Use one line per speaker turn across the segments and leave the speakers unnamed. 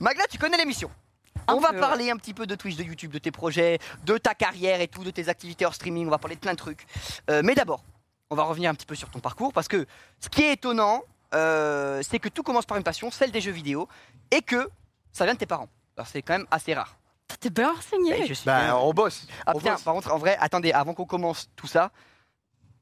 Magla, tu connais l'émission.
Un
On va
peu,
parler un petit peu de Twitch, de YouTube, de tes projets, de ta carrière et tout, de tes activités hors streaming. On va parler de plein de trucs. Euh, mais d'abord, on va revenir un petit peu sur ton parcours parce que ce qui est étonnant, euh, c'est que tout commence par une passion, celle des jeux vidéo, et que ça vient de tes parents. Alors c'est quand même assez rare.
T'es bien renseigné.
Et je suis quand même-
Bah, on bosse.
Ah
on
putain,
bosse.
par contre, en vrai, attendez, avant qu'on commence tout ça,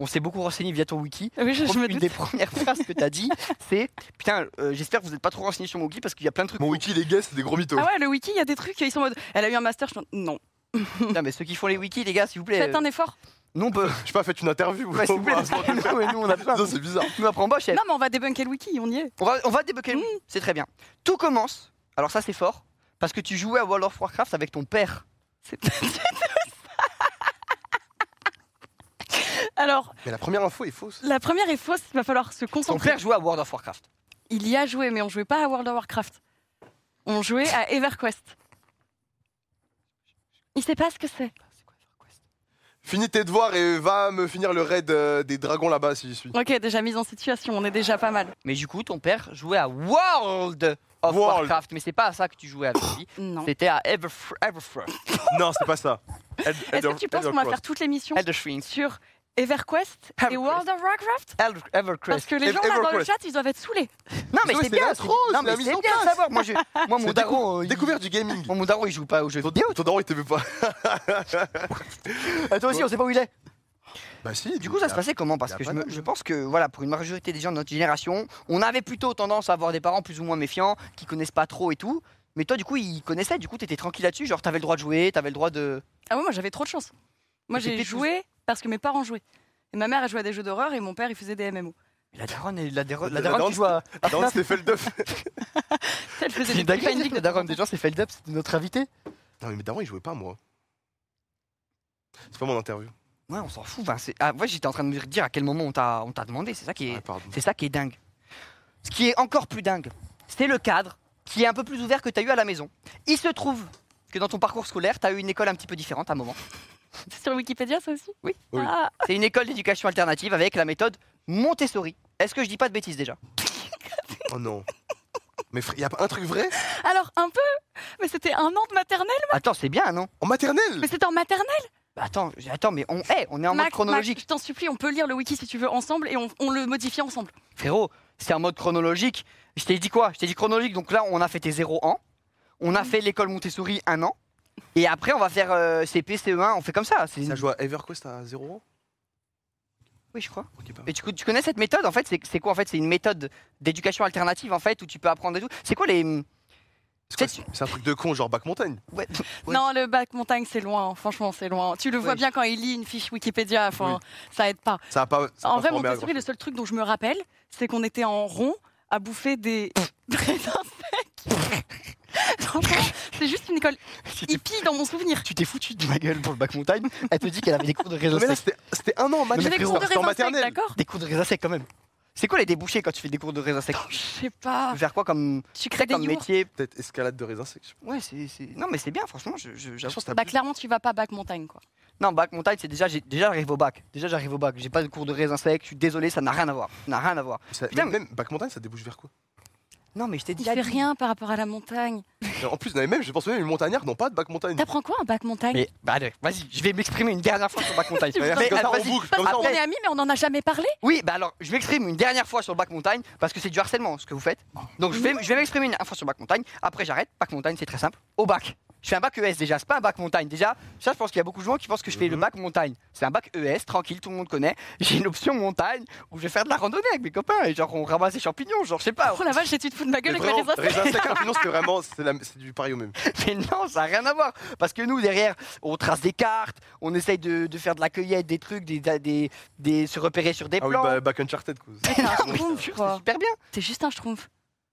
on s'est beaucoup renseigné via ton wiki.
Ah Oui, je, je me
Une
doute.
des premières phrases que t'as dit, c'est Putain, euh, j'espère que vous n'êtes pas trop renseigné sur mon wiki parce qu'il y a plein de trucs.
Mon wiki, les gars, c'est des gros mythos.
Ah ouais, le wiki, il y a des trucs, ils sont en mode. Elle a eu un master, je suis en- Non.
Putain, mais ceux qui font les wikis, les gars, s'il vous plaît.
Faites
euh,
un effort.
Non, bah,
Je sais pas, faites une interview.
ouais, s'il vous plaît,
Non,
parce que nous, ouais, nous, on a besoin.
c'est bizarre.
Nous, après, on bosse, elle.
Non, mais on va débunker le wiki, on y est.
On va, on va débloquer le
Mm.
wiki, c'est très bien. Tout commence, alors ça, c'est fort, parce que tu jouais à World of Warcraft avec ton père.
C'est Alors,
Mais la première info est fausse.
la première est fausse, il va falloir se
Ton
concentrer.
père jouait à World of Warcraft.
Il y a joué, mais on jouait pas à World of Warcraft. On jouait à EverQuest. Il sait pas ce que c'est.
Finis tes devoirs et va me finir le raid euh, des dragons là-bas si j'y suis.
Ok, déjà mise en situation, on est déjà pas mal.
Mais du coup, ton père jouait à World of
World.
Warcraft. Mais c'est pas à ça que tu jouais avec lui.
Non.
C'était à Everf- Everfrost.
non, c'est pas ça. Eld-
Est-ce
Elder-
que tu penses qu'on va
Eldercross.
faire toute l'émission
Elderfreen.
sur EverQuest et
EverQuest.
World of Warcraft
Elder-
Parce
Evercrest.
que les
Ev-
gens là dans le
EverQuest.
chat, ils doivent être saoulés.
Non, mais
Oui,
c'est
c'est
bien.
l'intro,
c'est- Non,
c'est
mais
la
c'est
mise en
bien de
place.
savoir. Moi, je- moi, mon
C'est
daron, euh, il-
Découverte du gaming.
Mon daron, il joue pas aux jeux
Ton
vidéo.
ton daron, il t'aimait pas.
Ah, Toi aussi, on sait pas où il est.
Bah si.
Du coup, ça se passait comment Parce
y a
que je,
pas
me-
de-
je pense que, voilà, pour une majorité des gens de notre génération, on avait plutôt tendance à avoir des parents plus ou moins méfiants, qui connaissent pas trop et tout. Mais toi, du coup, ils connaissaient, du coup, t'étais tranquille là-dessus. Genre, t'avais le droit de jouer, t'avais le droit de.
Ah ouais, moi j'avais trop de chance. Moi
Mais t'étais
j'ai
tous-
joué parce que mes parents jouaient. Et ma mère elle jouait à des jeux d'horreur et mon père il faisait des MMO.
La daronne, elle- la daronne, la
La
daronne
daronne,
qui joue à.
La daronne, c'était Felduff.
Elle faisait
C'est
des
une dinguerie,
Click and Dig
la
de temps en
daronne des gens, c'est Feldup, c'était notre invité.
Non, mais mes darons, ils jouaient pas, moi. C'est pas mon interview.
Ouais, on s'en fout. Enfin, c'est- ah, ouais, j'étais en train de me dire à quel moment on t'a on t'a demandé. C'est ça qui est.
Ah, pardon.
C'est ça qui est dingue. Ce qui est encore plus dingue, c'est le cadre qui est un peu plus ouvert que tu as eu à la maison. Il se trouve que dans ton parcours scolaire, tu as eu une école un petit peu différente à un moment.
temps. C'est sur Wikipédia ça aussi
Oui.
Oui.
Ah,
C'est une école d'éducation alternative avec la méthode Montessori. Est-ce que je dis pas de bêtises déjà
Oh non. Mais il y a pas un truc vrai
alors un peu Mais c'était un an de maternelle
Attends, c'est bien, non
En maternelle
Mais c'était en maternelle
Bah Attends, j- attends, mais on, hey, on est en mode
Max,
chronologique.
Max, je t'en supplie, on peut lire le wiki si tu veux ensemble et on, on le modifie ensemble.
Frérot, c'est en mode chronologique. Je t'ai dit quoi Je t'ai dit chronologique, donc là, on a fait tes 0 ans. On a fait l'école Montessori un an. Et après, on va faire euh, CP, CE1, on fait comme ça. C'est
Ça joue à EverQuest à 0
Oui, je crois.
Ok, bah. pas mal.
Mais tu, co- tu connais cette méthode en fait C'est c'est quoi en fait C'est une méthode d'éducation alternative en fait où tu peux apprendre et tout. C'est quoi les
C'est quoi, C'est c'est un truc de con, genre bac montagne.
ouais, Ouais.
Non, le bac montagne c'est loin, hein. franchement c'est loin. Tu le vois
Ouais.
bien quand il lit une fiche Wikipédia, enfin, ça aide pas.
Ça a pas. ça a
En
pas
vrai,
formé à
Montessori, le
grand-chose.
seul truc dont je me rappelle, c'est qu'on était en rond à bouffer des des insectes. Franchement, c'est juste une école hippie dans mon souvenir.
Tu t'es foutu de ma gueule pour le bac montagne. Elle te dit qu'elle avait des cours de
Non,
raisin
Mais là,
sec.
c'était c'était un an en
J'ai
maternelle.
des cours de
C'était en
raisin sec,
maternelle.
d'accord
Des cours de raisin sec quand même. C'est quoi les débouchés quand tu fais des cours de raisin sec
Je sais pas.
Vers quoi comme,
Tu crées des
comme
yourtes.
métier
Peut-être escalade de raisin sec. je sais
Ouais, c'est c'est- non mais c'est bien franchement. Je, je-
pas. Je
j'avoue.
pense que t'as
Bah
plus-
clairement, tu vas pas bac montagne quoi.
non bac montagne c'est déjà j'ai- déjà j'arrive au bac. Déjà j'arrive au bac. J'ai pas de cours de raisin sec. Je suis désolé ça n'a rien à voir. Ça n'a rien à voir.
ça-
Putain,
mais même bac montagne, ça débouche vers quoi
Non mais je t'ai
Tu
dit.
fais rien par rapport à la montagne.
Et En plus, non, mais même, je pense même les montagnards n'ont pas de bac montagne.
T'apprends quoi un bac montagne
Mais bah, allez, vas-y je vais m'exprimer une dernière fois sur bac montagne.
Tu veux
Mais,
Parce que ça,
vas-y,
on boucle.
Parce
Comme ça,
qu'on
on-
est amis, mais on en a jamais parlé.
Oui, bah alors je m'exprime une dernière fois sur le bac montagne parce que c'est du harcèlement ce que vous faites. Donc je vais, je vais m'exprimer une dernière fois sur le bac montagne. Après j'arrête. Bac montagne, c'est très simple. Au bac. Je fais un bac ES déjà, c'est pas un bac montagne. Déjà, ça je pense qu'il y a beaucoup de gens qui pensent que je fais le
Mhm.
bac montagne. C'est un bac ES, tranquille, tout le monde connaît. J'ai une option montagne où je vais faire de la randonnée avec mes copains et genre on ramasse des champignons, genre je sais pas.
Oh la vache, j'ai tu te fous de ma gueule
Ah Mais
avec mes
vraiment,
raisins secs.
raisin sec, non, c'est vraiment c'est la- c'est du pari au même.
Mais non, ça n'a rien à voir. Parce que nous, derrière, on trace des cartes, on essaye de, de faire de la cueillette, des trucs, des, des, des, se repérer sur des
Ah oui,
plans.
bah, back uncharted. Quoi.
T'es un
Non, mais je te
schtroumpf,
jure, c'est
quoi.
super bien.
T'es juste un schtroumpf.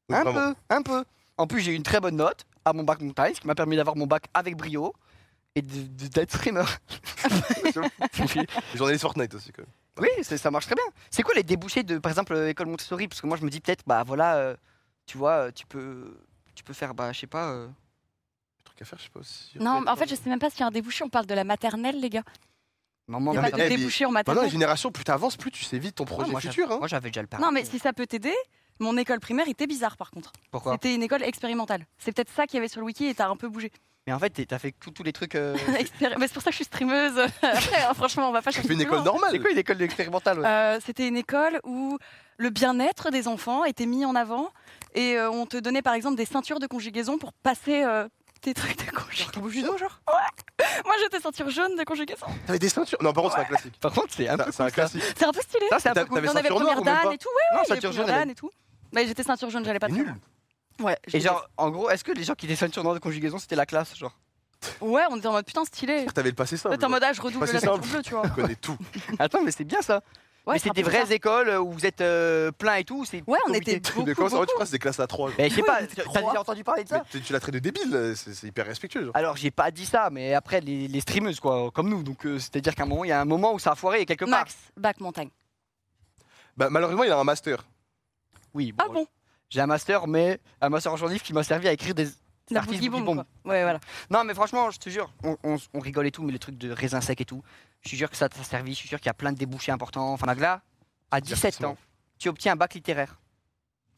Donc,
Un
vraiment.
peu, un peu. En plus, j'ai eu une très bonne note à mon bac montagne, ce qui m'a permis d'avoir mon bac avec brio et de- de- d'être streamer.
Les journalistes Fortnite aussi, quand même.
oui, c'est- ça marche très bien. C'est quoi les débouchés de, par exemple, euh, école Montessori Parce que moi, je me dis peut-être, bah voilà, euh, tu vois, euh, tu peux, tu peux faire, bah je sais pas. euh,
Le truc à faire, je sais pas si.
Non, mais en fait, je sais même pas s'il y a un débouché. On parle de la maternelle, les gars.
maman,
Il y a
mais-
pas
mais-
de
eh, mais-
débouché en
Maintenant, les
maternelle.
générations, plus t'avances, plus tu sais vite ton projet
moi,
futur. hein.
Moi, j'avais déjà le parent.
Non, mais si ça peut t'aider, Mon école primaire était bizarre par contre.
Pourquoi
C'était une école expérimentale. C'est peut-être ça qu'il y avait sur le wiki et t'as un peu bougé.
Mais en fait, t'es- t'as fait tout- tous les trucs. euh,
Expéri- Mais c'est pour ça que je suis streameuse. Après, hein, franchement, on va pas
Tu
chercher.
fais une
plus
école
loin.
C'est
normale.
quoi une école expérimentale ouais
Euh, C'était une école où le bien-être des enfants était mis en avant et euh, on te donnait par exemple des ceintures de conjugaison pour passer euh, tes trucs de conjugaison.
Turbo judo, genre
Moi j'étais ceinture jaune de conjugaison.
T'avais des ceintures Non, par contre, c'est un classique.
Par contre, c'est un peu.
C'est
cool,
un
ça.
classique.
C'est un peu stylé.
Ça, c'est-
un peu
t'avais
cool.
On avait
ceinture noire
première
ou même
dame
pas
et tout. Ouais,
Non,
ouais, il y avait
ceinture
première
jaune, elle
dame et tout. Mais j'étais ceinture jaune, j'allais pas
C'est
très
nul.
loin. Ouais,
Et
j'étais-
genre, en gros, est-ce que les gens qui dessinaient sur nom de conjugaison, c'était la classe, genre
ouais, on était en mode putain stylé.
T'avais le passé simple.
T'es en mode ah, je redouble
Pas
la
si
ceinture
simple.
bleue, tu vois.
Je connais tout.
Attends, mais c'est bien ça.
Ouais,
mais
c'est
c'est
un
des
peu
vraies
bizarre.
écoles où vous êtes euh, plein et tout. c'est
Ouais, on
compliqué.
était beaucoup.
Mais comment ça
beaucoup.
va, tu passes des classes à 3
Mais je sais
Oui,
pas,
on était
t'as t'as
trois.
déjà entendu parler de ça
Tu la traites de débile, euh, c'est c'est hyper respectueux. genre.
Alors j'ai pas dit ça, mais après les, les streameuses quoi, comme nous, donc euh, c'est-à-dire qu'à un moment il y a un moment où ça a foiré quelque part.
Max, bac montagne.
Bah, malheureusement, il a un master.
Oui, bon,
Ah bon
j'ai un master, mais un master en journalisme qui m'a servi à écrire des
La
artistes
boogie bomb,
boogie bomb.
quoi. Ouais, voilà.
Non mais franchement, je te jure, on, on s- on rigole et tout, mais le truc de raisin sec et tout, je te jure que ça t'a servi, je suis sûr qu'il y a plein de débouchés importants. Enfin là, à 17 ans, tu obtiens un bac littéraire.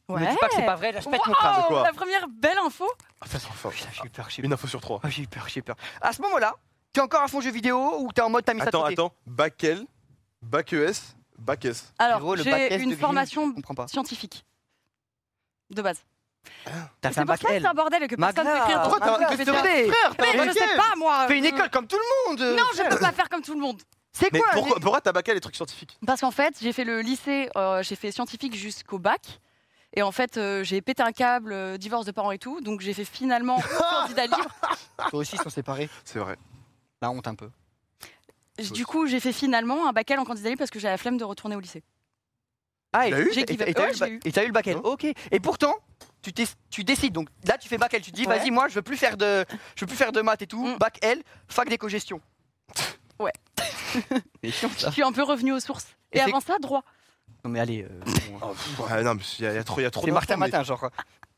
Ne
Ouais.
dis pas que c'est pas vrai, là je pète mon crâne.
Waouh,
quoi.
la première belle info.
Ah, ça, c'est enfin,
Putain, j'ai eu peur, j'ai eu peur.
Une info sur 3.
Ah, j'ai eu peur, j'ai eu peur. À ce moment-là, t'es encore à fond jeu vidéo ou t'es en mode t'as mis ça de
Attends,
côté
attends. Bac L, bac ES, bac S.
Gros,
Alors,
le bac S
j'ai
de
une
Grimm,
formation
Je comprends pas.
scientifique. De base.
T'as
Et
fait un
C'est pour
bac
ça que
L.
c'est un bordel et que personne ne peut
Magla,
écrire dans
pourquoi
un
t'as
truc
un
de vétérinaire.
doctorat
Frère,
Mais moi, je sais pas, moi.
Fais une
euh,
école comme tout le monde
Non, je
frère.
peux pas faire comme tout le monde.
C'est
Mais
quoi un-
pourquoi, pourquoi t'as bac L les trucs scientifiques
Parce qu'en fait, j'ai fait le lycée, euh, j'ai fait scientifique jusqu'au bac. Et en fait, euh, j'ai pété un câble, euh, divorce de parents et tout. Donc, j'ai fait finalement candidat libre.
Toi aussi, ils sont séparés.
C'est vrai.
La honte un peu.
J- Du coup, j'ai fait finalement un bac L en candidat libre parce que j'ai la flemme de retourner au lycée.
Ah,
Tu l'as eu
J'ai
et
give
t'as- et
up.
t'as
Ouais,
eu, le
je
ba-
l'ai eu. Hein
et t'as eu le bac L.
Non.
Ok. Et pourtant, tu, t'es- tu décides. Donc là, tu fais bac L. Tu te dis,
Ouais.
vas-y, moi, je veux plus faire de, je veux plus faire de maths et tout.
Mm.
Bac L, fac d'éco-gestion.
Ouais.
C'est chiant
Je
Ah.
ça.
suis un peu revenue aux sources.
Et
Et,
c'est-
avant ça, droit.
Non mais allez. euh, bon,
Oh, pff, ouais, non, mais il y, a- y a trop, y a trop
c'est
d'infos,
Martin
mais-
Matin, genre. quoi.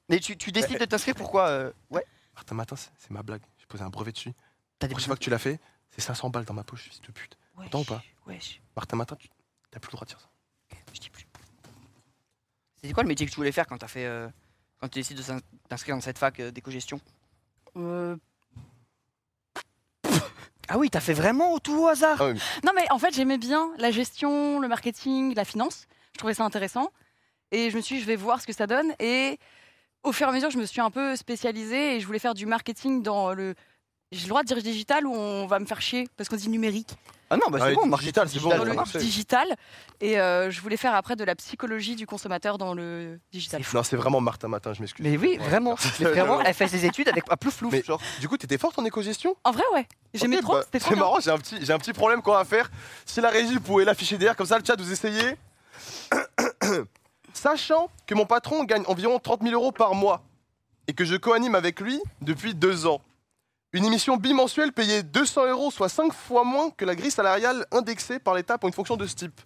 Mais tu, tu décides de t'inscrire pourquoi euh, Ouais.
Martin Matin, c'est c'est ma blague. J'ai posé un brevet dessus.
T'as
La
des
prochaine fois que tu l'as fait, c'est 500 balles dans ma poche, fils de pute. T'entends ou pas
Wesh.
Martin Matin, tu t'as plus le droit de dire ça.
Je dis plus. C'était quoi le métier que tu voulais faire quand t'as fait, euh, quand tu décides de s'in- t'inscrire dans cette fac euh, d'éco-gestion
Euh,
Ah oui, t'as fait vraiment au tout au hasard.
Ah oui, mais
Non, mais en fait, j'aimais bien la gestion, le marketing, la finance. Je trouvais ça intéressant. Et je me suis dit, je vais voir ce que ça donne. Et au fur et à mesure, je me suis un peu spécialisée et je voulais faire du marketing dans le. J'ai le droit de dire digital ou on va me faire chier parce qu'on dit numérique
Ah non, bah
Ah,
c'est
et
bon,
digital,
marketing
c'est bon,
dans
digital,
le
ça marche.
marché.
digital. Et euh, je voulais faire après de la psychologie du consommateur dans le digital.
Non, c'est vraiment Martin Matin, je m'excuse.
Mais oui,
Ouais.
vraiment. Mais vraiment, elle fait ses études avec un plouf
Mais-
genre.
Du coup, t'étais forte en éco-gestion
En vrai, ouais. J'aimais
Ok,
trop.
bah,
C'était trop
C'est
bien.
marrant, j'ai un, petit, j'ai un petit problème qu'on va faire. Si la régie pouvait l'afficher derrière, comme ça, le chat, vous essayez. Sachant que mon patron gagne environ 30 000 euros par mois et que je co-anime avec lui depuis deux ans. Une émission bimensuelle payée 200 euros, soit 5 fois moins que la grille salariale indexée par l'État pour une fonction de ce type.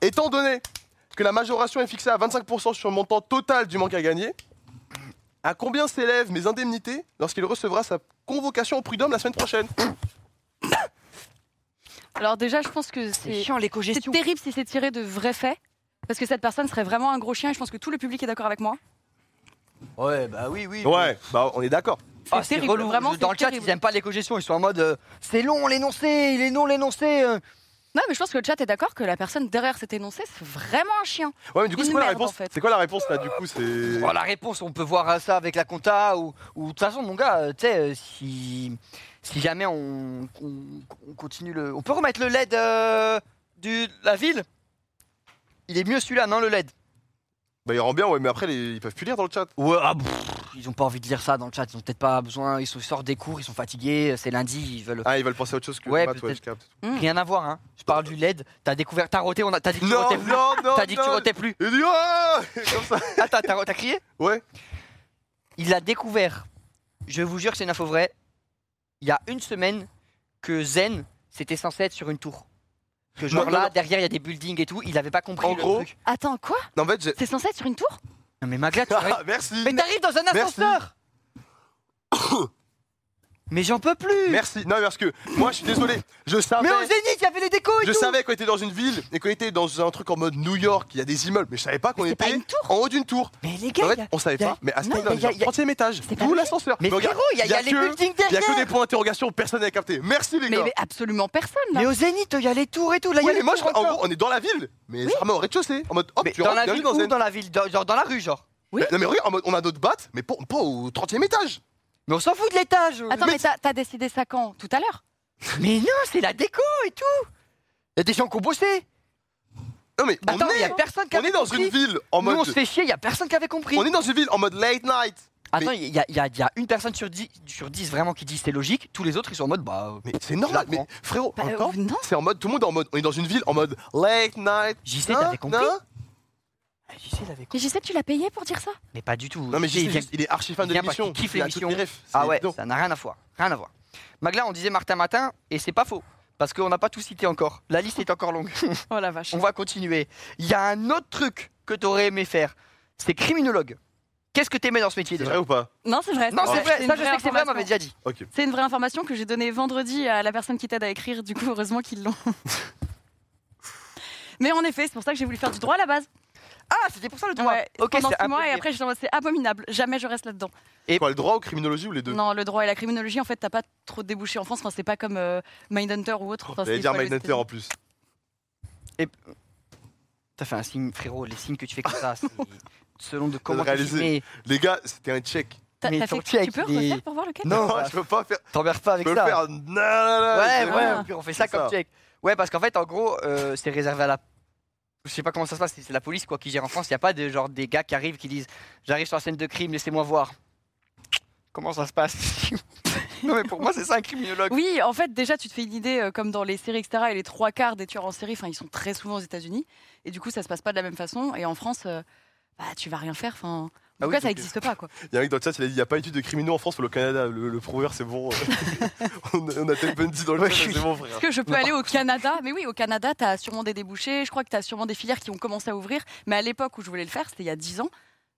Étant donné que la majoration est fixée à 25% sur le montant total du manque à gagner, à combien s'élèvent mes indemnités lorsqu'il recevra sa convocation au prud'homme la semaine prochaine
Alors déjà, je pense que
C'est
c'est
chiant
c'est
l'éco-gestion.
terrible si c'est tiré de vrais faits. Parce que cette personne serait vraiment un gros chien et je pense que tout le public est d'accord avec moi.
Ouais, bah oui, oui.
Ouais, bah on est d'accord.
C'est
Ah, c'est
terrible,
relou. Dans
vraiment. c'est
le chat,
terrible.
ils aiment pas l'éco-gestion. Ils sont en mode euh, c'est long l'énoncé, il est long l'énoncé. euh.
Non, mais je pense que le chat est d'accord que la personne derrière cet énoncé, c'est vraiment un chien.
Ouais, mais du coup,
Une
c'est quoi la
merde,
réponse
en fait.
C'est quoi la réponse là Du coup, c'est.
Oh, la réponse, on peut voir euh, ça avec la compta ou ou de toute façon, mon gars, euh, tu sais, euh, si si jamais on, on, on continue le, on peut remettre le LED euh, du la ville. Il est mieux celui-là, non le LED.
Bah il rend bien, ouais, mais après les- ils peuvent plus lire dans le chat.
Ouais, ah, pff, ils ont pas envie de lire ça dans le chat, ils ont peut-être pas besoin, ils sont- ils sortent des cours, ils sont fatigués, euh, c'est lundi, ils veulent
Ah, ils veulent penser à autre chose que
Ouais,
le maths, ouais,
peut-être.
je capte.
rien à voir hein. Je parle du LED, t'as découvert, t'as roté, on a- t'as dit que tu rotais plus.
non, non
T'as dit que tu
non.
rotais plus.
Il dit Ah Comme ça.
Attends, t'as t'as crié
Ouais.
Il l'a découvert. Je vous jure que c'est une info vraie. Il y a une semaine que Zen, c'était censé être sur une tour. Que genre
Non, non,
là,
non.
derrière, il y a des buildings et tout, il avait pas compris
En
le
gros-
truc.
Attends, quoi
Non, en fait, j'ai.
C'est censé être sur une tour
Non mais Magla, tu arrêtes.
Ah, merci
Mais t'arrives dans un
Merci.
ascenseur Mais j'en peux plus
Merci. Non, parce que moi, je suis désolé. Je savais.
Mais au Zénith, il y avait les décos et
Je
tout
savais qu'on était dans une ville et qu'on était dans un truc en mode New York, il y a des immeubles, mais je savais pas qu'on
Mais c'est
était
pas une tour
en haut d'une tour.
Mais les gars,
En
y
fait,
a-
on savait
y a-
pas, mais à ce
Non,
moment-là,
mais
on
y a-
est
y a-
au 30 étage,
C'est pas
d'où
vrai.
l'ascenseur.
mais
regarde,
frérot, il y a, y a les
que-
buildings
Il y a
derrière
que des points d'interrogation, personne n'a capté. Merci les
Mais,
gars.
mais absolument personne là.
Mais au Zénith, il y a les tours et tout Là, il y
Oui,
a
mais
les
moi, je
tours
crois, en
encore.
gros, on est dans la ville, mais
Oui.
vraiment au rez-de-chaussée. En mode, hop,
Mais
tu
dans
rentres
la
bienvenue
ville
dans
ou
une.
dans la ville Dans- Genre dans la rue, genre
Oui.
Non, mais regarde, en mode, on a d'autres battes, mais pas, pas au 30 e étage.
Mais on s'en fout de l'étage
Attends,
mais-
mais, t'as- t'as décidé ça quand Tout à l'heure
Mais non, c'est la déco et tout Il y a des gens qui ont bossé
Non, mais
Attends,
on
il y a
est,
personne qui
on
avait
est dans
compris
une ville en
Nous, on
mode.
se fait chier, il y a personne qui avait compris
On est dans une ville en mode late night.
Attends, il y, a- y a- y a une personne sur 10 sur dix vraiment qui dit c'est logique, tous les autres ils sont en mode bah. euh,
Mais c'est normal,
Je la
mais frérot,
Bah,
encore.
euh, Non.
C'est en mode, tout le monde est en mode, on est dans une ville en mode late night.
JC, t'avais
Hein,
compris
hein
Ah, JC, t'avait compris.
Mais je sais que tu l'as payé pour dire ça
Mais pas du tout.
Non, mais
JC,
JC,
il vient-
juste, il est archi fan
il
de
vient parce
l'émission.
qu'il kiffe
Il a
l'émission.
toutes les refs, c'est
Ah ouais,
évident.
ça n'a rien à voir. Rien à voir. Magla, on disait Martin Matin, et c'est pas faux. Parce qu'on n'a pas tout cité encore. La liste est encore longue.
Oh la vache.
on va continuer. Il y a un autre truc que t'aurais aimé faire. C'est criminologue. Qu'est-ce que t'aimais dans ce métier
C'est
déjà
vrai ou pas
Non, c'est vrai.
Non, c'est vrai.
une
Ça, je
vraie
sais que c'est vrai, on
information.
m'avait déjà dit.
Ok.
C'est une vraie information que j'ai donnée vendredi à la personne qui t'aide à écrire. Du coup, heureusement qu'ils l'ont. Mais en effet, c'est pour ça que j'ai voulu faire du droit à la base.
Ah, c'était pour ça le droit.
Ouais,
ok,
pendant
c'est
six
un
mois
peu
et
mieux.
après, j'étais en mode, c'est abominable. Jamais je reste là-dedans.
Et-
Quoi, le droit ou criminologie ou les deux
Non, le droit et la criminologie, en fait, t'as pas trop de débouchés en France. Enfin, c'est pas comme euh, Mindhunter ou autre. Enfin,
J'allais
c'est
dire
soit les
Mindhunter en plus.
T'as fait un signe, frérot. Les signes que tu fais comme ça, c'est selon de comment
de
t'es
réaliser.
filmé.
Les gars, c'était un check.
T'as-
Mais
t'as
ton
fait- Tu
check,
peux
il est-
refaire pour voir lequel
Non,
Non,
bah,
je peux pas faire.
T'emmerdes pas
Je
avec
peux
ça.
faire. Non, non,
Ouais,
non,
ouais,
Ah.
et puis on fait ça
C'est
comme
ça.
check. Ouais, parce qu'en fait, en gros, euh, c'est réservé à la. Je sais pas comment ça se passe, c'est la police quoi qui gère en France. Il n'y a pas de, genre, des gars qui arrivent qui disent J'arrive sur la scène de crime, laissez-moi voir. Comment ça se passe Non, mais pour moi, c'est ça un criminologue.
Oui, en fait, déjà, tu te fais une idée, euh, comme dans les séries, etc. Et les trois quarts des tueurs en série, enfin, ils sont très souvent aux États-Unis. Et du coup, ça se passe pas de la même façon. Et en France, euh, bah, tu vas rien faire. Enfin, en tout
Ah oui,
cas, ça
donc,
n'existe pas, quoi.
Il y a un mec dans le chat, il a dit il n'y a pas d'études de criminaux en France, mais le Canada, le, le proverbe, c'est bon. on, a, on a Ted Bundy dans le
Ouais,
chat,
oui.
c'est bon, frère.
Parce que je peux
Non.
aller au Canada. Mais oui, au Canada, t'as sûrement des débouchés. Je crois que t'as sûrement des filières qui ont commencé à ouvrir. Mais à l'époque où je voulais le faire, c'était il y a 10 ans,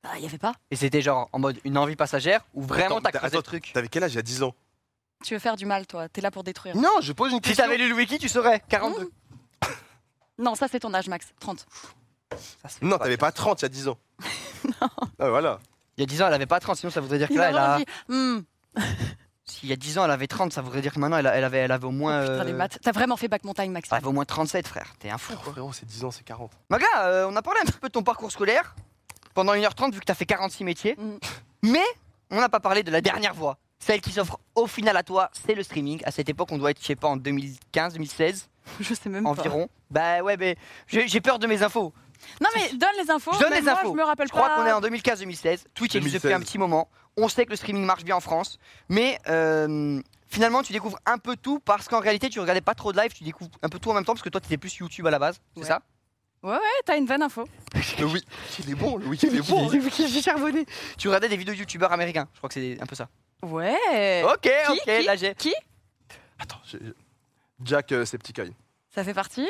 bah, il y avait pas.
Et c'était genre en mode une envie passagère ou vraiment
Attends,
t'as
mais
creusé
attends,
le truc
T'avais quel âge il y a 10 ans
Tu veux faire du mal, toi. T'es là pour détruire.
Non, je pose une
Si
question.
t'avais lu le wiki, tu saurais. 42.
Non, ça, c'est ton âge, Max. 30.
Ça, c'est
Non, t'avais
bien.
pas 30 il y a 10 ans. Ah, voilà.
Il y a 10 ans, elle avait pas 30, sinon ça voudrait dire que
Il
là,
m'a
elle a.
vraiment dit Hum,
S'il y a 10 ans, elle avait 30, ça voudrait dire que maintenant, elle, a- elle avait, elle avait au
oh,
moins.
putain, les
euh,
maths. T'as vraiment fait bac montagne, Max.
elle avait au moins 37, frère. T'es un fou.
Pourquoi, Oh, frérot, c'est 10 ans, c'est 40.
Magla, euh, on a parlé un petit peu de ton parcours scolaire pendant 1h30 vu que t'as fait 46 métiers.
Mm.
Mais on n'a pas parlé de la dernière voie. Celle qui s'offre au final à toi, c'est le streaming. À cette époque, on doit être, je sais pas, en 2015, 2016
Je sais même pas.
environ. Bah ouais, mais j'ai j'ai peur de mes infos.
Non, mais donne les infos.
Je donne
mais
les
moi,
infos.
Je me rappelle
Je crois
pas.
qu'on est en 2015-2016. Twitch existe depuis
2016.
un petit moment. On sait que le streaming marche bien en France. Mais euh, finalement, tu découvres un peu tout parce qu'en réalité, tu regardais pas trop de live. Tu découvres un peu tout en même temps parce que toi, t'étais plus YouTube à la base. C'est
Ouais.
ça
Ouais, ouais, t'as une vanne info.
Le week il est bon, le week-end est bon.
J'ai j'ai- j'ai charbonné. Tu regardais des vidéos youtubeurs américains. Je crois que c'est un peu ça.
Ouais.
Ok,
Euh, qui,
ok,
qui
là j'ai.
Attends, j'ai- j'ai- Jack, euh, c'est petit caille.
Ça fait partie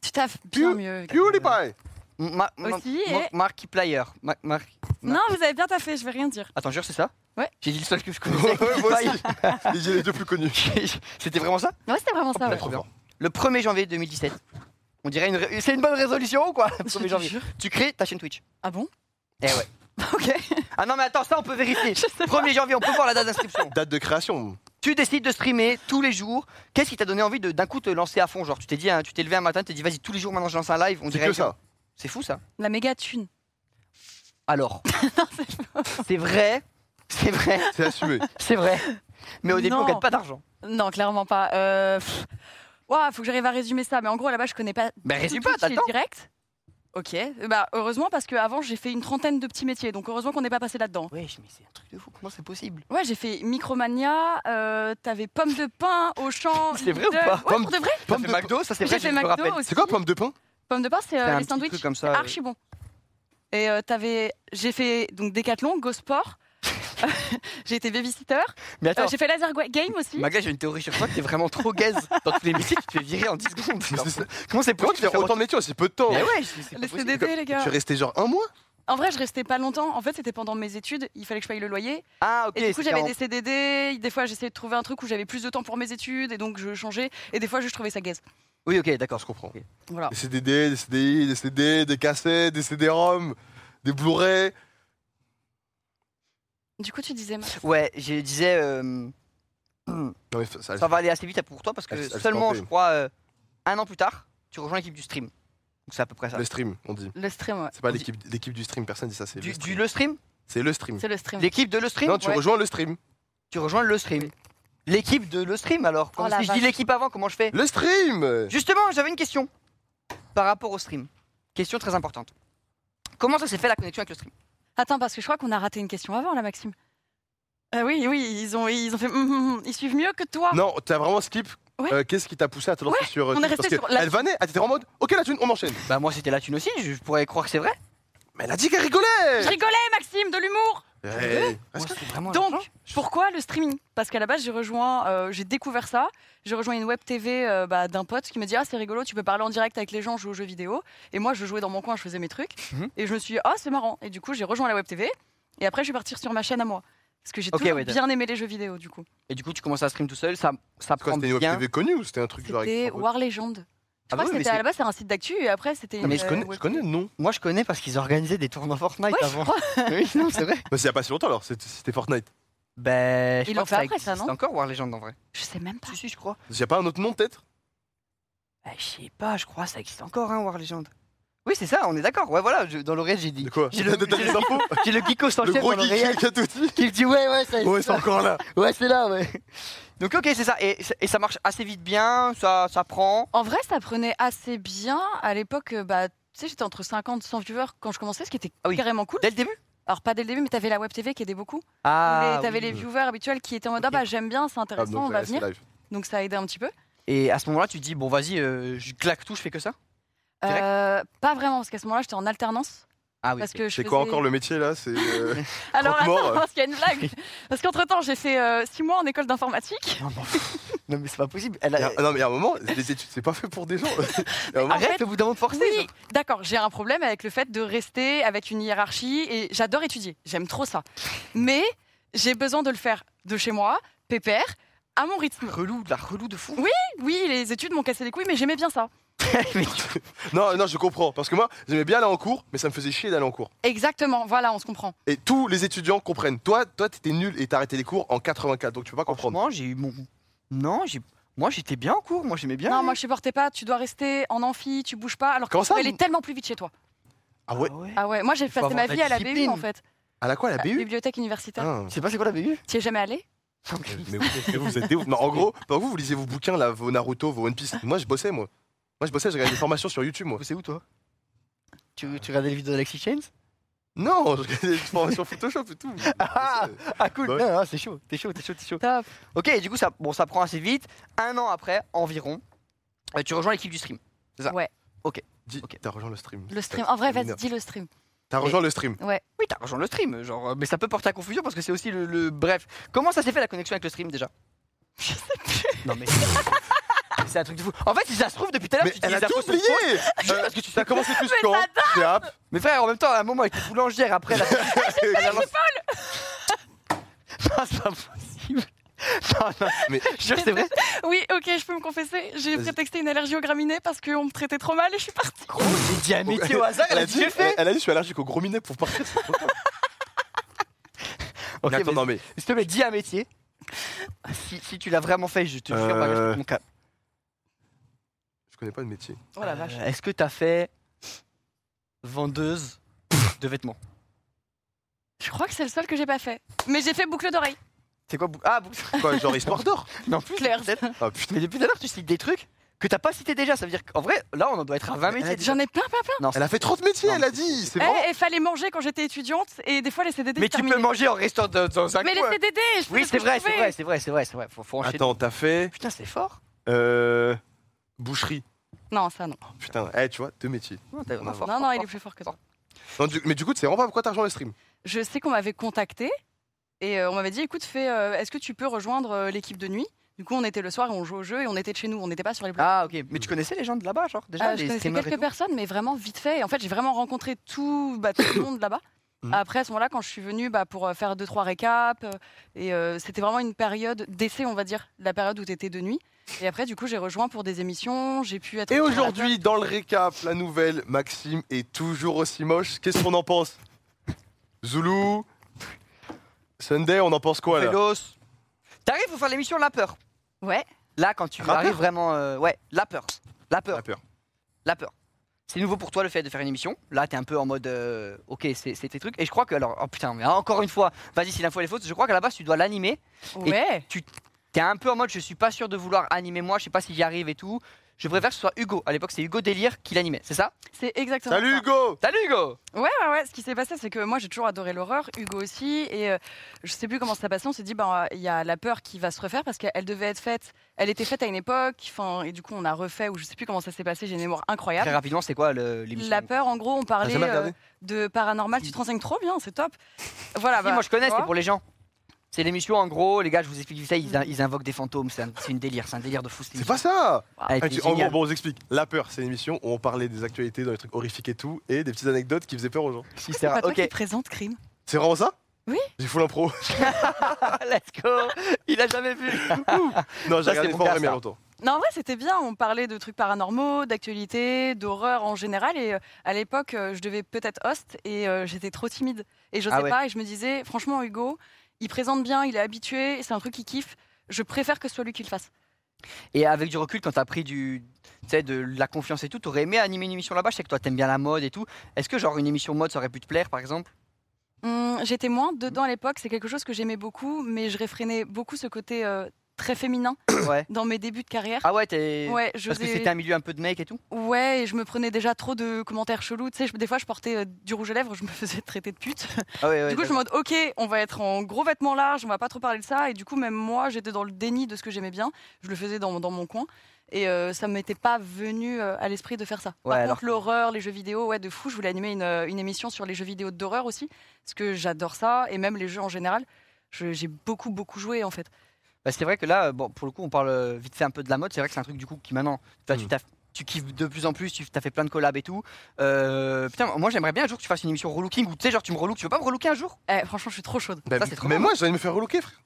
Tu taffes bien
Piou-
mieux. gars.
PewDiePie
Ma- ma-
Aussi, eh.
ma-
et-
Markiplier. Ma- Mar-
Non, vous avez bien taffé, je vais rien dire.
Attends, jure, c'est ça
Ouais.
J'ai dit le seul que je connaissais.
Ouais, Moi aussi. Il est les deux plus connus.
C'était vraiment ça
Ouais, c'était vraiment ça.
Ah
Ouais.
Trop fort.
Le 1er janvier 2017. On dirait une. ré- C'est une bonne résolution ou quoi Le
Je
1er
te
janvier.
jure.
Tu crées ta chaîne Twitch.
Ah bon
Eh ouais.
Ok.
Ah non, mais attends, ça on peut vérifier.
Je sais pas.
1er janvier, on peut voir la date d'inscription.
Date de création.
Tu décides de streamer tous les jours. Qu'est-ce qui t'a donné envie de d'un coup te lancer à fond Genre, tu t'es dit, hein, tu t'es levé un matin, tu t'es dit, vas-y, tous les jours maintenant je lance un live. On
C'est
dirait
que ça.
C'est fou ça.
La méga thune.
Alors, c'est vrai, c'est vrai,
C'est assumé.
c'est vrai. Mais au début, on
Non.
gagne pas d'argent.
Non, clairement pas. Euh, pff. Ouah, faut que j'arrive à résumer ça. Mais en gros, là-bas, je connais pas.
Ben,
tout
résume
Twitch
pas, t'as
et
le temps.
direct. Ok. Euh, Bah, heureusement, parce qu'avant, j'ai fait une trentaine de petits métiers. Donc, heureusement qu'on n'est pas passé là-dedans.
Wesh, mais c'est un truc de fou, comment c'est possible
Ouais, j'ai fait Micromania. Euh, T'avais Pomme de Pain, Auchan.
C'est vrai ou
Lidl.
pas
Ouais,
Pomme-
pour de vrai.
T'as
Pomme
fait
de-
McDo, ça c'est vrai,
J'ai
je
fait
me rappelle.
McDo aussi.
C'est quoi, pomme de pain
Pomme de pain, c'est euh,
un
les
petit truc
sandwichs.
comme ça,
C'est
euh.
archi bon. Et euh, t'avais, j'ai fait donc Decathlon, Go Sport. j'ai été babysitter.
Mais
Euh,
attends,
j'ai fait Laser Gua- Game aussi.
Magla, j'ai une théorie sur toi, t'es vraiment trop gaze dans tous les métiers, tu te fais virer en 10 secondes.
Mais c'est ça.
Comment c'est
Comment
possible
tu
de
fais
faire
autant de métiers en si peu de temps hein
Mais ouais, c'est c'est pas
Les
possible.
CDD, les gars.
Tu es resté genre un mois
En vrai, je restais pas longtemps. En fait, c'était pendant mes études. Il fallait que je paye le loyer.
Ah, ok.
Et du coup,
c'est
j'avais
en-
des CDD. Des fois, j'essayais de trouver un truc où j'avais plus de temps pour mes études. Et donc, je changeais. Et des fois, je trouvais ça gaze.
Oui, ok,
Non,
d'accord.
je comprends.
Voilà.
Des CDD, des CDI, des CD, des cassettes, des CD-ROM, des Blu-ray.
Du coup, tu disais. Max.
Ouais, je disais, euh,
Non, mais ça,
ça va aller assez vite pour toi parce que
Ah, Elle- elle se
seulement,
plantait.
je crois, euh, un an plus tard, tu rejoins l'équipe du stream. Donc c'est à peu près ça.
le stream, on dit.
Le stream, ouais.
C'est pas l'équipe l'équipe du stream, personne dit ça. C'est
Du,
le
du
stream.
le stream
C'est le stream.
C'est le stream.
L'équipe de le stream
Non, tu
Ouais.
rejoins le stream.
Tu rejoins le stream. L'équipe de le stream alors Comme
Oh la
Si je dis
vache.
l'équipe avant, comment je fais
Le stream
Justement, j'avais une question par rapport au stream. Question très importante. Comment ça s'est fait la connexion avec le stream
Attends, parce que je crois qu'on a raté une question avant, là, Maxime. Ah oui, oui, ils ont, ils ont fait. hum, hum, hum. Ils suivent mieux que toi.
Non, t'as vraiment skip.
Ouais.
Euh, Qu'est-ce qui t'a poussé à te lancer sur. euh,
on est
Twitch
resté
Parce
sur
que
la-
Elle vannait, elle était en mode Ok, la thune, on enchaîne.
Bah moi c'était la thune aussi, je je pourrais croire que c'est vrai.
Mais elle a dit qu'elle rigolait
Je rigolais, Maxime, de l'humour.
Hey,
Moi,
est-ce que-
c'est vraiment l'argent.
Donc, pourquoi le streaming Parce qu'à la base, j'ai rejoint, euh, j'ai découvert ça. J'ai rejoint une web TV euh, bah, d'un pote qui me dit ah c'est rigolo, tu peux parler en direct avec les gens, jouer aux jeux vidéo. Et moi, je jouais dans mon coin, je faisais mes trucs.
Mhm.
Et je me suis dit ah c'est marrant. Et du coup, j'ai rejoint la web TV. Et après, je suis partir sur ma chaîne à moi parce que j'ai
Ok,
toujours
ouais,
bien aimé les jeux vidéo. Du coup,
et du coup tu commences à stream tout seul, ça ça
Quoi,
prend
c'était une web
bien.
TV connue ou c'était un truc genre.
c'était
avec-
War Legend. Je
Ah bah
crois
oui,
que
mais
c'était à
c'est-
la base c'est un site d'actu et après c'était
Non,
une.
mais je
euh,
connais, je
web
connais le nom.
Moi je connais parce qu'ils organisaient des tournois Fortnite
Ouais, je
avant.
crois.
oui, non, c'est vrai.
Bah, c'est il y a pas si longtemps alors, c'était- c'était Fortnite.
Ben, je
Ils
crois
l'ont
que
fait après, ça,
existe
non
encore War Legend en vrai.
Je sais même pas.
Si si, je crois.
Il y a pas un autre nom peut-être
Bah, je sais pas, je crois ça existe encore hein War Legend. Oui, c'est ça, on est d'accord. Ouais voilà, je- dans l'oreille, j'ai dit
De quoi
J'ai le-
T'as des
j'ai le-
infos
J'ai le geeko sans
Le
chef dans
gros geek
l'oreille
qui a tout dit
qui me dit ouais ouais ça
Ouais,
existe.
c'est encore là
Ouais, c'est là, ouais. Donc, ok, c'est ça. Et, et ça marche assez vite bien, ça, ça prend.
En vrai, ça prenait assez bien à l'époque. euh, Bah tu sais, j'étais entre 50 100 viewers quand je commençais, ce qui était
Ah oui.
carrément cool.
Dès le début
Alors pas dès le début, mais t'avais la web TV qui aidait beaucoup.
Ah.
Les- t'avais les
oui.
viewers habituels qui étaient en mode
Ok.
ah bah j'aime bien, c'est
Ah,
intéressant,
donc,
on va
ouais, c'est
venir.
live.
Donc ça a aidé un petit peu.
Et à ce moment-là, tu te dis, bon, vas-y, euh, je claque tout, je fais que ça Direct
Euh, pas vraiment parce qu'à ce moment-là j'étais en alternance
Ah oui.
parce
ok.
que je
C'est quoi
faisais-
encore le métier là C'est euh,
Alors attends,
croque-mort, euh.
parce qu'il y a une blague. parce qu'entre temps j'ai fait euh, six mois en école d'informatique.
Non, mais- non, mais c'est pas possible. Elle
il y
a...
a- Non mais il y a un moment, les études c'est pas fait pour des gens. Il y a un moment-
Arrête
fait-
au bout d'un moment de forcer.
Oui,
genre.
d'accord. J'ai un problème avec le fait de rester avec une hiérarchie et j'adore étudier. J'aime trop ça. Mais j'ai besoin de le faire de chez moi, pépère, à mon rythme.
Relou, de la relou de fou.
Oui. Oui, les études m'ont cassé les couilles, mais j'aimais bien ça.
Mais-
Non non je comprends parce que moi j'aimais bien aller en cours mais ça me faisait chier d'aller en cours.
Exactement. Voilà, on se comprend.
Et tous les étudiants comprennent. Toi toi t'étais nul et t'as arrêté les cours en 84 donc tu peux pas comprendre.
Franchement, j'ai eu mon. Non, j'ai. Moi, j'étais bien en cours. Moi, j'aimais bien.
Non, moi je supportais pas, tu dois rester en amphi, tu bouges pas, alors que
Comment
tu
ça,
peux aller
vous-
tellement plus vite chez toi.
Ah ouais.
Ah ouais.
Ah ouais, moi j'ai
faut
passé ma
avoir de
vie
la
à la BU
discipline.
en fait,
À la quoi la
la
BU
bibliothèque universitaire.
Ah.
Je sais pas c'est quoi la BU
Tu es jamais allé
Mais vous, mais vous, vous êtes des ouf. Non, en gros, par vous, vous lisiez vos bouquins, là, vos Naruto, vos One Piece. Moi, je bossais, moi. Moi, je bossais, j'ai regardé des formations sur YouTube, moi.
C'est où, toi tu, tu regardais les vidéos d'Alexis Chains
Non, je regardais des formations Photoshop et tout.
Ah, Ah, cool.
Ouais.
Non, non, c'est chaud. T'es chaud, t'es chaud, t'es chaud.
Top.
Ok, et du coup, ça, bon, ça prend assez vite. Un an après, environ, euh, tu rejoins l'équipe du stream.
Dis,
Ok.
t'as rejoint le stream.
Le stream, en vrai,
C'est
vas-y,
mineur.
dis le stream.
T'as rejoint le stream.
Oui, t'as rejoint le stream, genre, euh, mais ça peut porter à confusion parce que c'est aussi le, le- Bref, comment ça s'est fait la connexion avec le stream déjà
Je sais
plus. Non mais. c'est- C'est un truc de fou. En fait, si ça se trouve, depuis tout à l'heure,
Mais
tu dis
elle a
les
tout
infos sont
oublié
fausses.
Euh,
parce que tu
T'as commencé plus quand T'es app
Mais frère, en même temps, à un moment, elle était boulangère, après, elle a. Elle a lancé- Non, c'est pas possible. Non, non,
Mais-
mais. Jure, c'est vrai.
Oui, ok, je peux me confesser, j'ai
Vas-y.
prétexté une allergie aux graminées parce qu'on me traitait trop mal et je suis partie.
Gros, j'ai dit un métier au hasard, elle a dit j'ai fait.
Elle a dit, je suis allergique au gros minet pour partir. c'est trop tard.
Ok,
Mais attends,
vas-y.
non, mais.
S'il te plaît, dis un métier. Si, si tu l'as vraiment fait, je te jure,
Euh,
bagage de mon cas.
Je connais pas de métier.
Oh la
Euh,
vache.
Est-ce que t'as fait vendeuse de vêtements
Je crois que c'est le seul que j'ai pas fait. Mais j'ai fait boucle d'oreille.
C'est quoi bou- Ah, bou-
Quoi, genre, e-sport d'or
non plus.
Claire.
peut-être.
Ah putain.
Mais depuis tout à l'heure, tu cites des trucs que t'as pas cités déjà. Ça veut dire qu'en vrai, là, on en doit être à 20 métiers. déjà.
J'en ai plein, plein, plein.
Non,
Elle a fait 30 métiers, elle a dit. C'est vraiment.
Eh, et fallait manger quand j'étais étudiante et des fois les CDD
mais
ils
tu peux
terminaient.
manger en restant dans, dans un
Mais les
coin.
CDD, je peux
Oui,
les
c'est vrai, c'est
retrouver.
vrai, c'est vrai, c'est vrai, c'est vrai. Faut, faut enchaîner.
Attends, t'as fait.
Putain, c'est fort.
Euh. Boucherie.
Non, ça non.
Oh, putain, eh, tu vois, deux métiers.
Non, t'es vraiment
Non,
fort,
non,
fort,
non, il est
fort.
plus fort que toi.
Non, du- mais du coup, tu sais vraiment pas pourquoi t'as rejoint le stream.
je sais qu'on m'avait contacté et euh, on m'avait dit écoute fais euh, est-ce que tu peux rejoindre euh, l'équipe de nuit Du coup, on était le soir et on jouait au jeu et on était de chez nous. On n'était pas sur les plateformes.
Ah, ok. Mais tu connaissais les gens de là-bas, genre déjà
Ah,
Euh, je
les
connaissais
streamers et
quelques personnes, mais vraiment vite fait. Et en fait, j'ai vraiment rencontré tout, bah, tout le monde là-bas.
Mm.
Mhm.
Après, à ce moment-là, quand je suis venue bah, pour euh, faire deux, trois récaps, euh, et euh, c'était vraiment une période d'essai, on va dire, la période où tu étais de nuit. Et après, du coup, j'ai rejoint pour des émissions, j'ai pu être.
Et
opérateur.
aujourd'hui, dans le récap, la nouvelle, Maxime est toujours aussi moche. Qu'est-ce qu'on en pense Zoulou Sunday, on en pense quoi là
Velos. T'arrives pour faire l'émission La Peur.
Ouais.
Là, quand tu
Rappeur
arrives vraiment. euh, ouais, La Peur. La Peur.
La peur.
La Peur. C'est nouveau pour toi le fait de faire une émission. Là, t'es un peu en mode. euh, ok, c'est c'est tes trucs. Et je crois que. Alors, oh putain, mais encore une fois, vas-y, si l'info elle est fausse, je crois qu'à la base, tu dois l'animer.
Ouais.
T'es un peu en mode, je suis pas sûr de vouloir animer moi, je sais pas si j'y arrive et tout. Je préfère que ce soit Hugo. À l'époque, c'est Hugo Délire qui l'animait, c'est ça
C'est exactement
Salut
ça.
Hugo
Salut Hugo
Ouais, ouais, ouais. Ce qui s'est passé, c'est que moi, j'ai toujours adoré l'horreur, Hugo aussi. Et euh, je sais plus comment ça s'est passé. On s'est dit, ben, il y a la peur qui va se refaire parce qu'elle devait être faite. Elle était faite à une époque. Enfin, et du coup, on a refait, ou je sais plus comment ça s'est passé. J'ai une mémoire incroyable.
Très rapidement, c'est quoi le- l'émission Ah,
La peur, en gros, on parlait
jamais
euh,
regardé
de paranormal. Tu te renseignes trop bien, c'est top. Voilà.
Si,
bah,
moi je connais,
tu
c'est
vois.
pour les gens. C'est l'émission, en gros, les gars, je vous explique vite fait, ils, ils invoquent des fantômes, c'est un, c'est une délire, c'est un délire de fou.
C'est pas ça Ah, tu- en gros,
ça
bon, on vous explique. La peur, c'est une émission où on parlait des actualités, dans les trucs horrifiques et tout, et des petites anecdotes qui faisaient peur aux gens.
C'est pas toi
Ok,
qui présente crime.
C'est vraiment ça
Oui.
J'ai full l'impro.
let's go Il a jamais vu
non, j'ai
Ça, c'est
regardé
mon
pas en
cas,
vrai, mais il y a
ça.
longtemps.
Non, en vrai, c'était bien. On parlait de trucs paranormaux, d'actualité, d'horreur en général. Et euh, à l'époque, euh, je devais peut-être host et euh, j'étais trop timide. Et je sais
Ah ouais.
pas. Et je me disais, franchement, Hugo, il présente bien, il est habitué, c'est un truc qu'il kiffe. Je préfère que ce soit lui qui le fasse.
Et avec du recul, quand t'as pris du, tu sais, de la confiance et tout, t'aurais aimé animer une émission là-bas Je sais que toi t'aimes bien la mode et tout. Est-ce que genre une émission mode ça aurait pu te plaire par exemple
Hum, J'étais moins dedans à l'époque. C'est quelque chose que j'aimais beaucoup, mais je réfrénais beaucoup ce côté euh, très féminin
Ouais.
dans mes débuts de carrière.
Ah ouais, t'es.
Ouais, je
Parce que
faisais-
c'était un milieu un peu de mec et tout
Ouais, et je me prenais déjà trop de commentaires chelous. Tu sais, je- des fois, je portais euh, du rouge à lèvres, je me faisais traiter de pute.
Ah ouais, ouais.
du coup, je me mode, ok, on va être en gros vêtements larges, on va pas trop parler de ça. Et du coup, même moi, j'étais dans le déni de ce que j'aimais bien. Je le faisais dans, dans mon coin. Et euh, ça m'était pas venu euh, à l'esprit de faire ça.
Ouais,
Par
alors
contre, l'horreur, les jeux vidéo, ouais, de fou. Je voulais animer une, euh, une émission sur les jeux vidéo d'horreur aussi, parce que j'adore ça, et même les jeux en général. Je- J'ai beaucoup, beaucoup joué en fait.
Bah, c'est vrai que là, euh, bon, pour le coup, on parle euh, vite fait un peu de la mode. C'est vrai que c'est un truc du coup qui maintenant, toi, tu,
Mm.
t'as- tu kiffes de plus en plus, tu as fait plein de collabs et tout. Euh, putain, moi j'aimerais bien un jour que tu fasses une émission relooking où tu sais, genre tu me relooks, tu veux pas me relooker un jour
Eh, franchement, je suis trop chaude.
Bah,
Ça, c'est trop
mais
bien.
moi, j'allais me faire relooker, frère.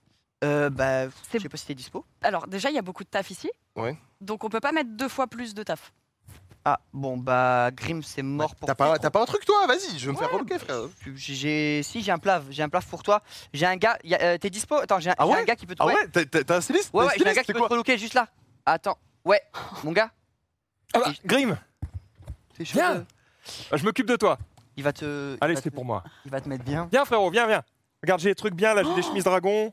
euh, Bah, je
C'est-
sais pas si t'es dispo.
Alors, déjà, il y a beaucoup de taf ici.
Ouais.
Donc, on peut pas mettre deux fois plus de taf.
Ah, bon, bah, Grim, c'est mort pour
T'as
toi. Euh,
pas, t'as pas un truc, toi Vas-y, je vais me faire relooker, frère.
J'ai- j'ai- Si, j'ai un plaf, j'ai un plaf pour toi. J'ai un gars, y a- euh, t'es dispo Attends, j'ai un,
Ah
j'ai un
ouais
gars qui peut te
Ah ouais T'as- T'as t'as un styliste
ouais,
T'as
ouais, j'ai
un
un
styliste,
gars qui
c'est
peut te
quoi
relooker juste là. Attends, ouais, mon gars,
Ah bah,
Et-
Grim,
t'es chaud
Viens.
de-
je m'occupe de toi.
Il va te. il
Allez,
va
c'est
te-
pour moi.
Il va te mettre bien.
Viens, frérot, viens, viens. Regarde, j'ai des trucs bien là, j'ai des chemises dragon.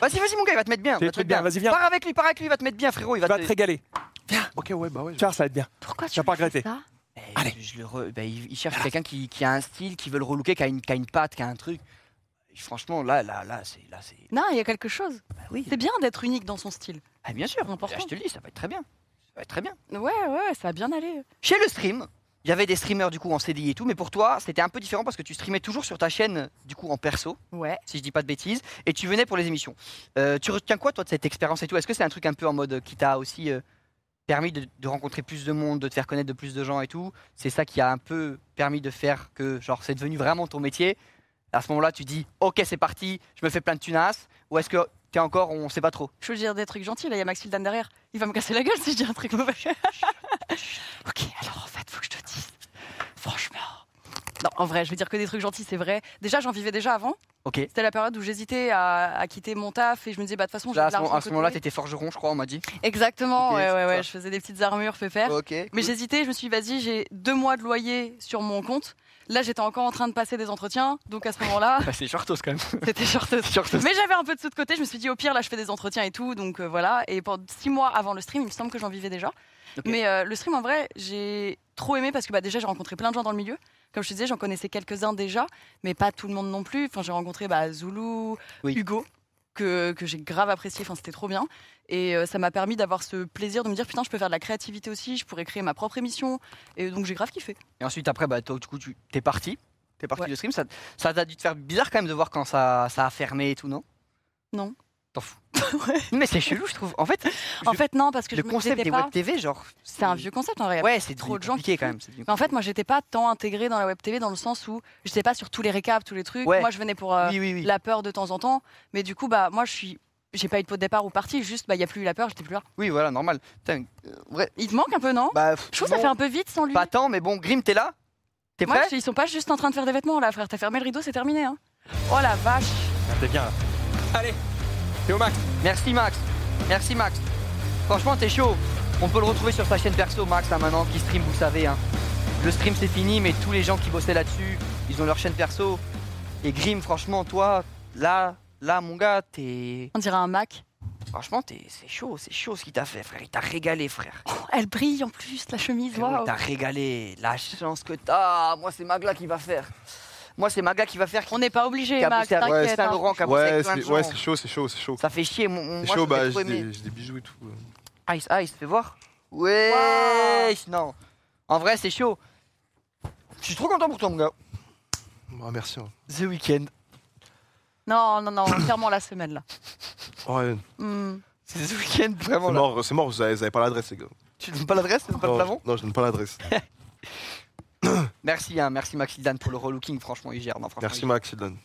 Vas-y, vas-y, mon gars, il va te mettre bien. il va
J'ai des
te mettre
trucs bien, vas-y, viens.
Pars avec lui, pars avec lui, il va te mettre bien, frérot. Il va
Tu vas
te.
te régaler.
Ok, ouais, bah ouais.
Tu vois, ça va être bien.
Pourquoi tu
vas pas
me fais
regretter.
ça
Eh,
Allez.
je- je le re- bah, il, il cherche quelqu'un qui, qui a un style, qui veut le relooker, qui a une, qui a une patte, qui a un truc. Et franchement, là, là, là, c'est. Là, c'est...
Non, il y a quelque chose.
Bah oui.
C'est bien d'être unique dans son style.
Ah, bien sûr.
Important.
Là, je te le dis, ça va être très bien. Ça va être très bien.
Ouais, ouais, ça a bien allé.
Chez le stream, il y avait des streamers du coup en CDI et tout, mais pour toi, c'était un peu différent parce que tu streamais toujours sur ta chaîne du coup en perso,
Ouais.
si je dis pas de bêtises, et tu venais pour les émissions. Euh, tu retiens quoi toi de cette expérience et tout Est-ce que c'est un truc un peu en mode euh, qui t'a aussi euh, permis de, de rencontrer plus de monde, de te faire connaître de plus de gens et tout C'est ça qui a un peu permis de faire que genre c'est devenu vraiment ton métier. À ce moment-là, tu dis ok c'est parti, je me fais plein de tunas, ou est-ce que t'es encore on sait pas trop
Je veux dire des trucs gentils, là, il y a Max Hildan derrière. Il va me casser la gueule si je dis un truc mauvais. ok, alors en fait, faut que je te dise. Franchement. Non, en vrai, je vais dire que des trucs gentils, c'est vrai. Déjà, j'en vivais déjà avant.
Ok.
C'était la période où j'étais à, à quitter mon taf et je me disais, bah, de toute façon, j'ai
Là, à
de
ce,
l'argent
moment- à
de
ce moment-là,
côté.
t'étais forgeron, je crois, on m'a dit.
Exactement,
Ok,
ouais,
c'est
ouais,
ça.
ouais. Je faisais des petites armures, pépère.
Ok.
Mais j'hésitais, je me suis dit, vas-y, j'ai deux mois de loyer sur mon compte. Là, j'étais encore en train de passer des entretiens. Donc à ce moment-là,
Bah, c'est shortos quand même.
c'était shorteuse. Mais j'avais un peu de sous de côté, je me suis dit au pire là je fais des entretiens et tout, donc euh, voilà. Et pendant six mois avant le stream, il me semble que j'en vivais déjà.
Ok.
Mais euh, le stream en vrai, j'ai trop aimé parce que bah, déjà j'ai rencontré plein de gens dans le milieu. Comme je te disais, j'en connaissais quelques-uns déjà, mais pas tout le monde non plus. Enfin, j'ai rencontré bah, Zulu,
Oui.
Hugo, que, que j'ai grave apprécié, enfin, c'était trop bien. Et euh, ça m'a permis d'avoir ce plaisir de me dire putain, je peux faire de la créativité aussi, je pourrais créer ma propre émission. Et donc j'ai grave kiffé.
Et ensuite, après, bah, toi, du coup, tu t'es parti. T'es parti
Ouais.
du stream. Ça, ça t'a dû te faire bizarre quand même de voir quand ça, ça a fermé et tout, non
Non.
T'en fous. Mais c'est chelou, je trouve. En fait,
En fait, non, parce que
le
je me-
concept
j'étais
des
pas-
web TV, genre.
C'est un vieux concept en vrai.
Ouais, c'est
trop
trop
de gens
compliqué
qui
quand
font.
même. c'est devenu
Mais en fait, moi, j'étais pas tant intégrée dans la web TV dans le sens où j'étais pas sur tous les récaps, tous les trucs.
Ouais.
Moi, je venais pour euh,
oui, oui, oui.
la peur de temps en temps, mais du coup, bah, moi, je suis, j'ai pas eu de pot de départ ou partie. Juste, bah, il y a plus eu la peur, j'étais plus là.
Oui, voilà, normal. Putain, euh, vrai.
Il te manque un peu, non
Bah, pff,
Je trouve
bon,
que ça fait un peu vite sans lui.
Pas tant, mais bon, Grim, t'es là T'es
Moi,
prêt
je- ils sont pas juste en train de faire des vêtements là, frère. T'as fermé le rideau, c'est terminé. Hein. Oh la vache.
T'es bien là. Allez, t'es au max.
Merci Max. Merci Max. Franchement, t'es chaud. On peut le retrouver sur sa chaîne perso, Max, là maintenant, qui stream, vous savez. hein. Le stream, c'est fini, mais tous les gens qui bossaient là-dessus, ils ont leur chaîne perso. Et Grim, franchement, toi, là, là, mon gars, t'es.
On dirait un Mac.
Franchement, t'es... c'est chaud, c'est chaud ce qu'il t'a fait, frère. Il t'a régalé, frère.
Oh, elle brille en plus, la chemise.
Frérot, il
Waouh.
t'a régalé. La chance que t'as. Moi, c'est Magla qui va faire. Moi, c'est Magla qui va faire.
On n'est pas obligé,
Qui a
Mac.
bossé avec
T'inquiète. hein.
Saint-Laurent, qui a bossé
Ouais,
avec plein de
c'est ouais,
gens.
c'est chaud, c'est chaud, c'est chaud.
Ça fait chier. mon- mon- moi,
C'est chaud,
je l'ai
bah,
trop
j'ai
aimé.
des, j'ai des bijoux et tout. euh. là.
Ice Ice, fais voir. Ouais, non. En vrai, c'est chaud. Je suis trop content pour toi, mon gars.
Ah, merci. hein.
The Weeknd.
Non, non, non. Clairement la semaine là.
Ouais,
Hmm.
C'est The Weeknd, vraiment.
c'est
Là.
mort, c'est mort, vous avez, vous avez pas l'adresse, les gars.
Tu donnes pas l'adresse, tu donnes pas le
non,
plafond
je- non, je donne pas l'adresse.
Merci, hein, merci Maxildan pour le relooking, franchement, il gère. non, franchement,
Merci,
il-
Max, Dylan.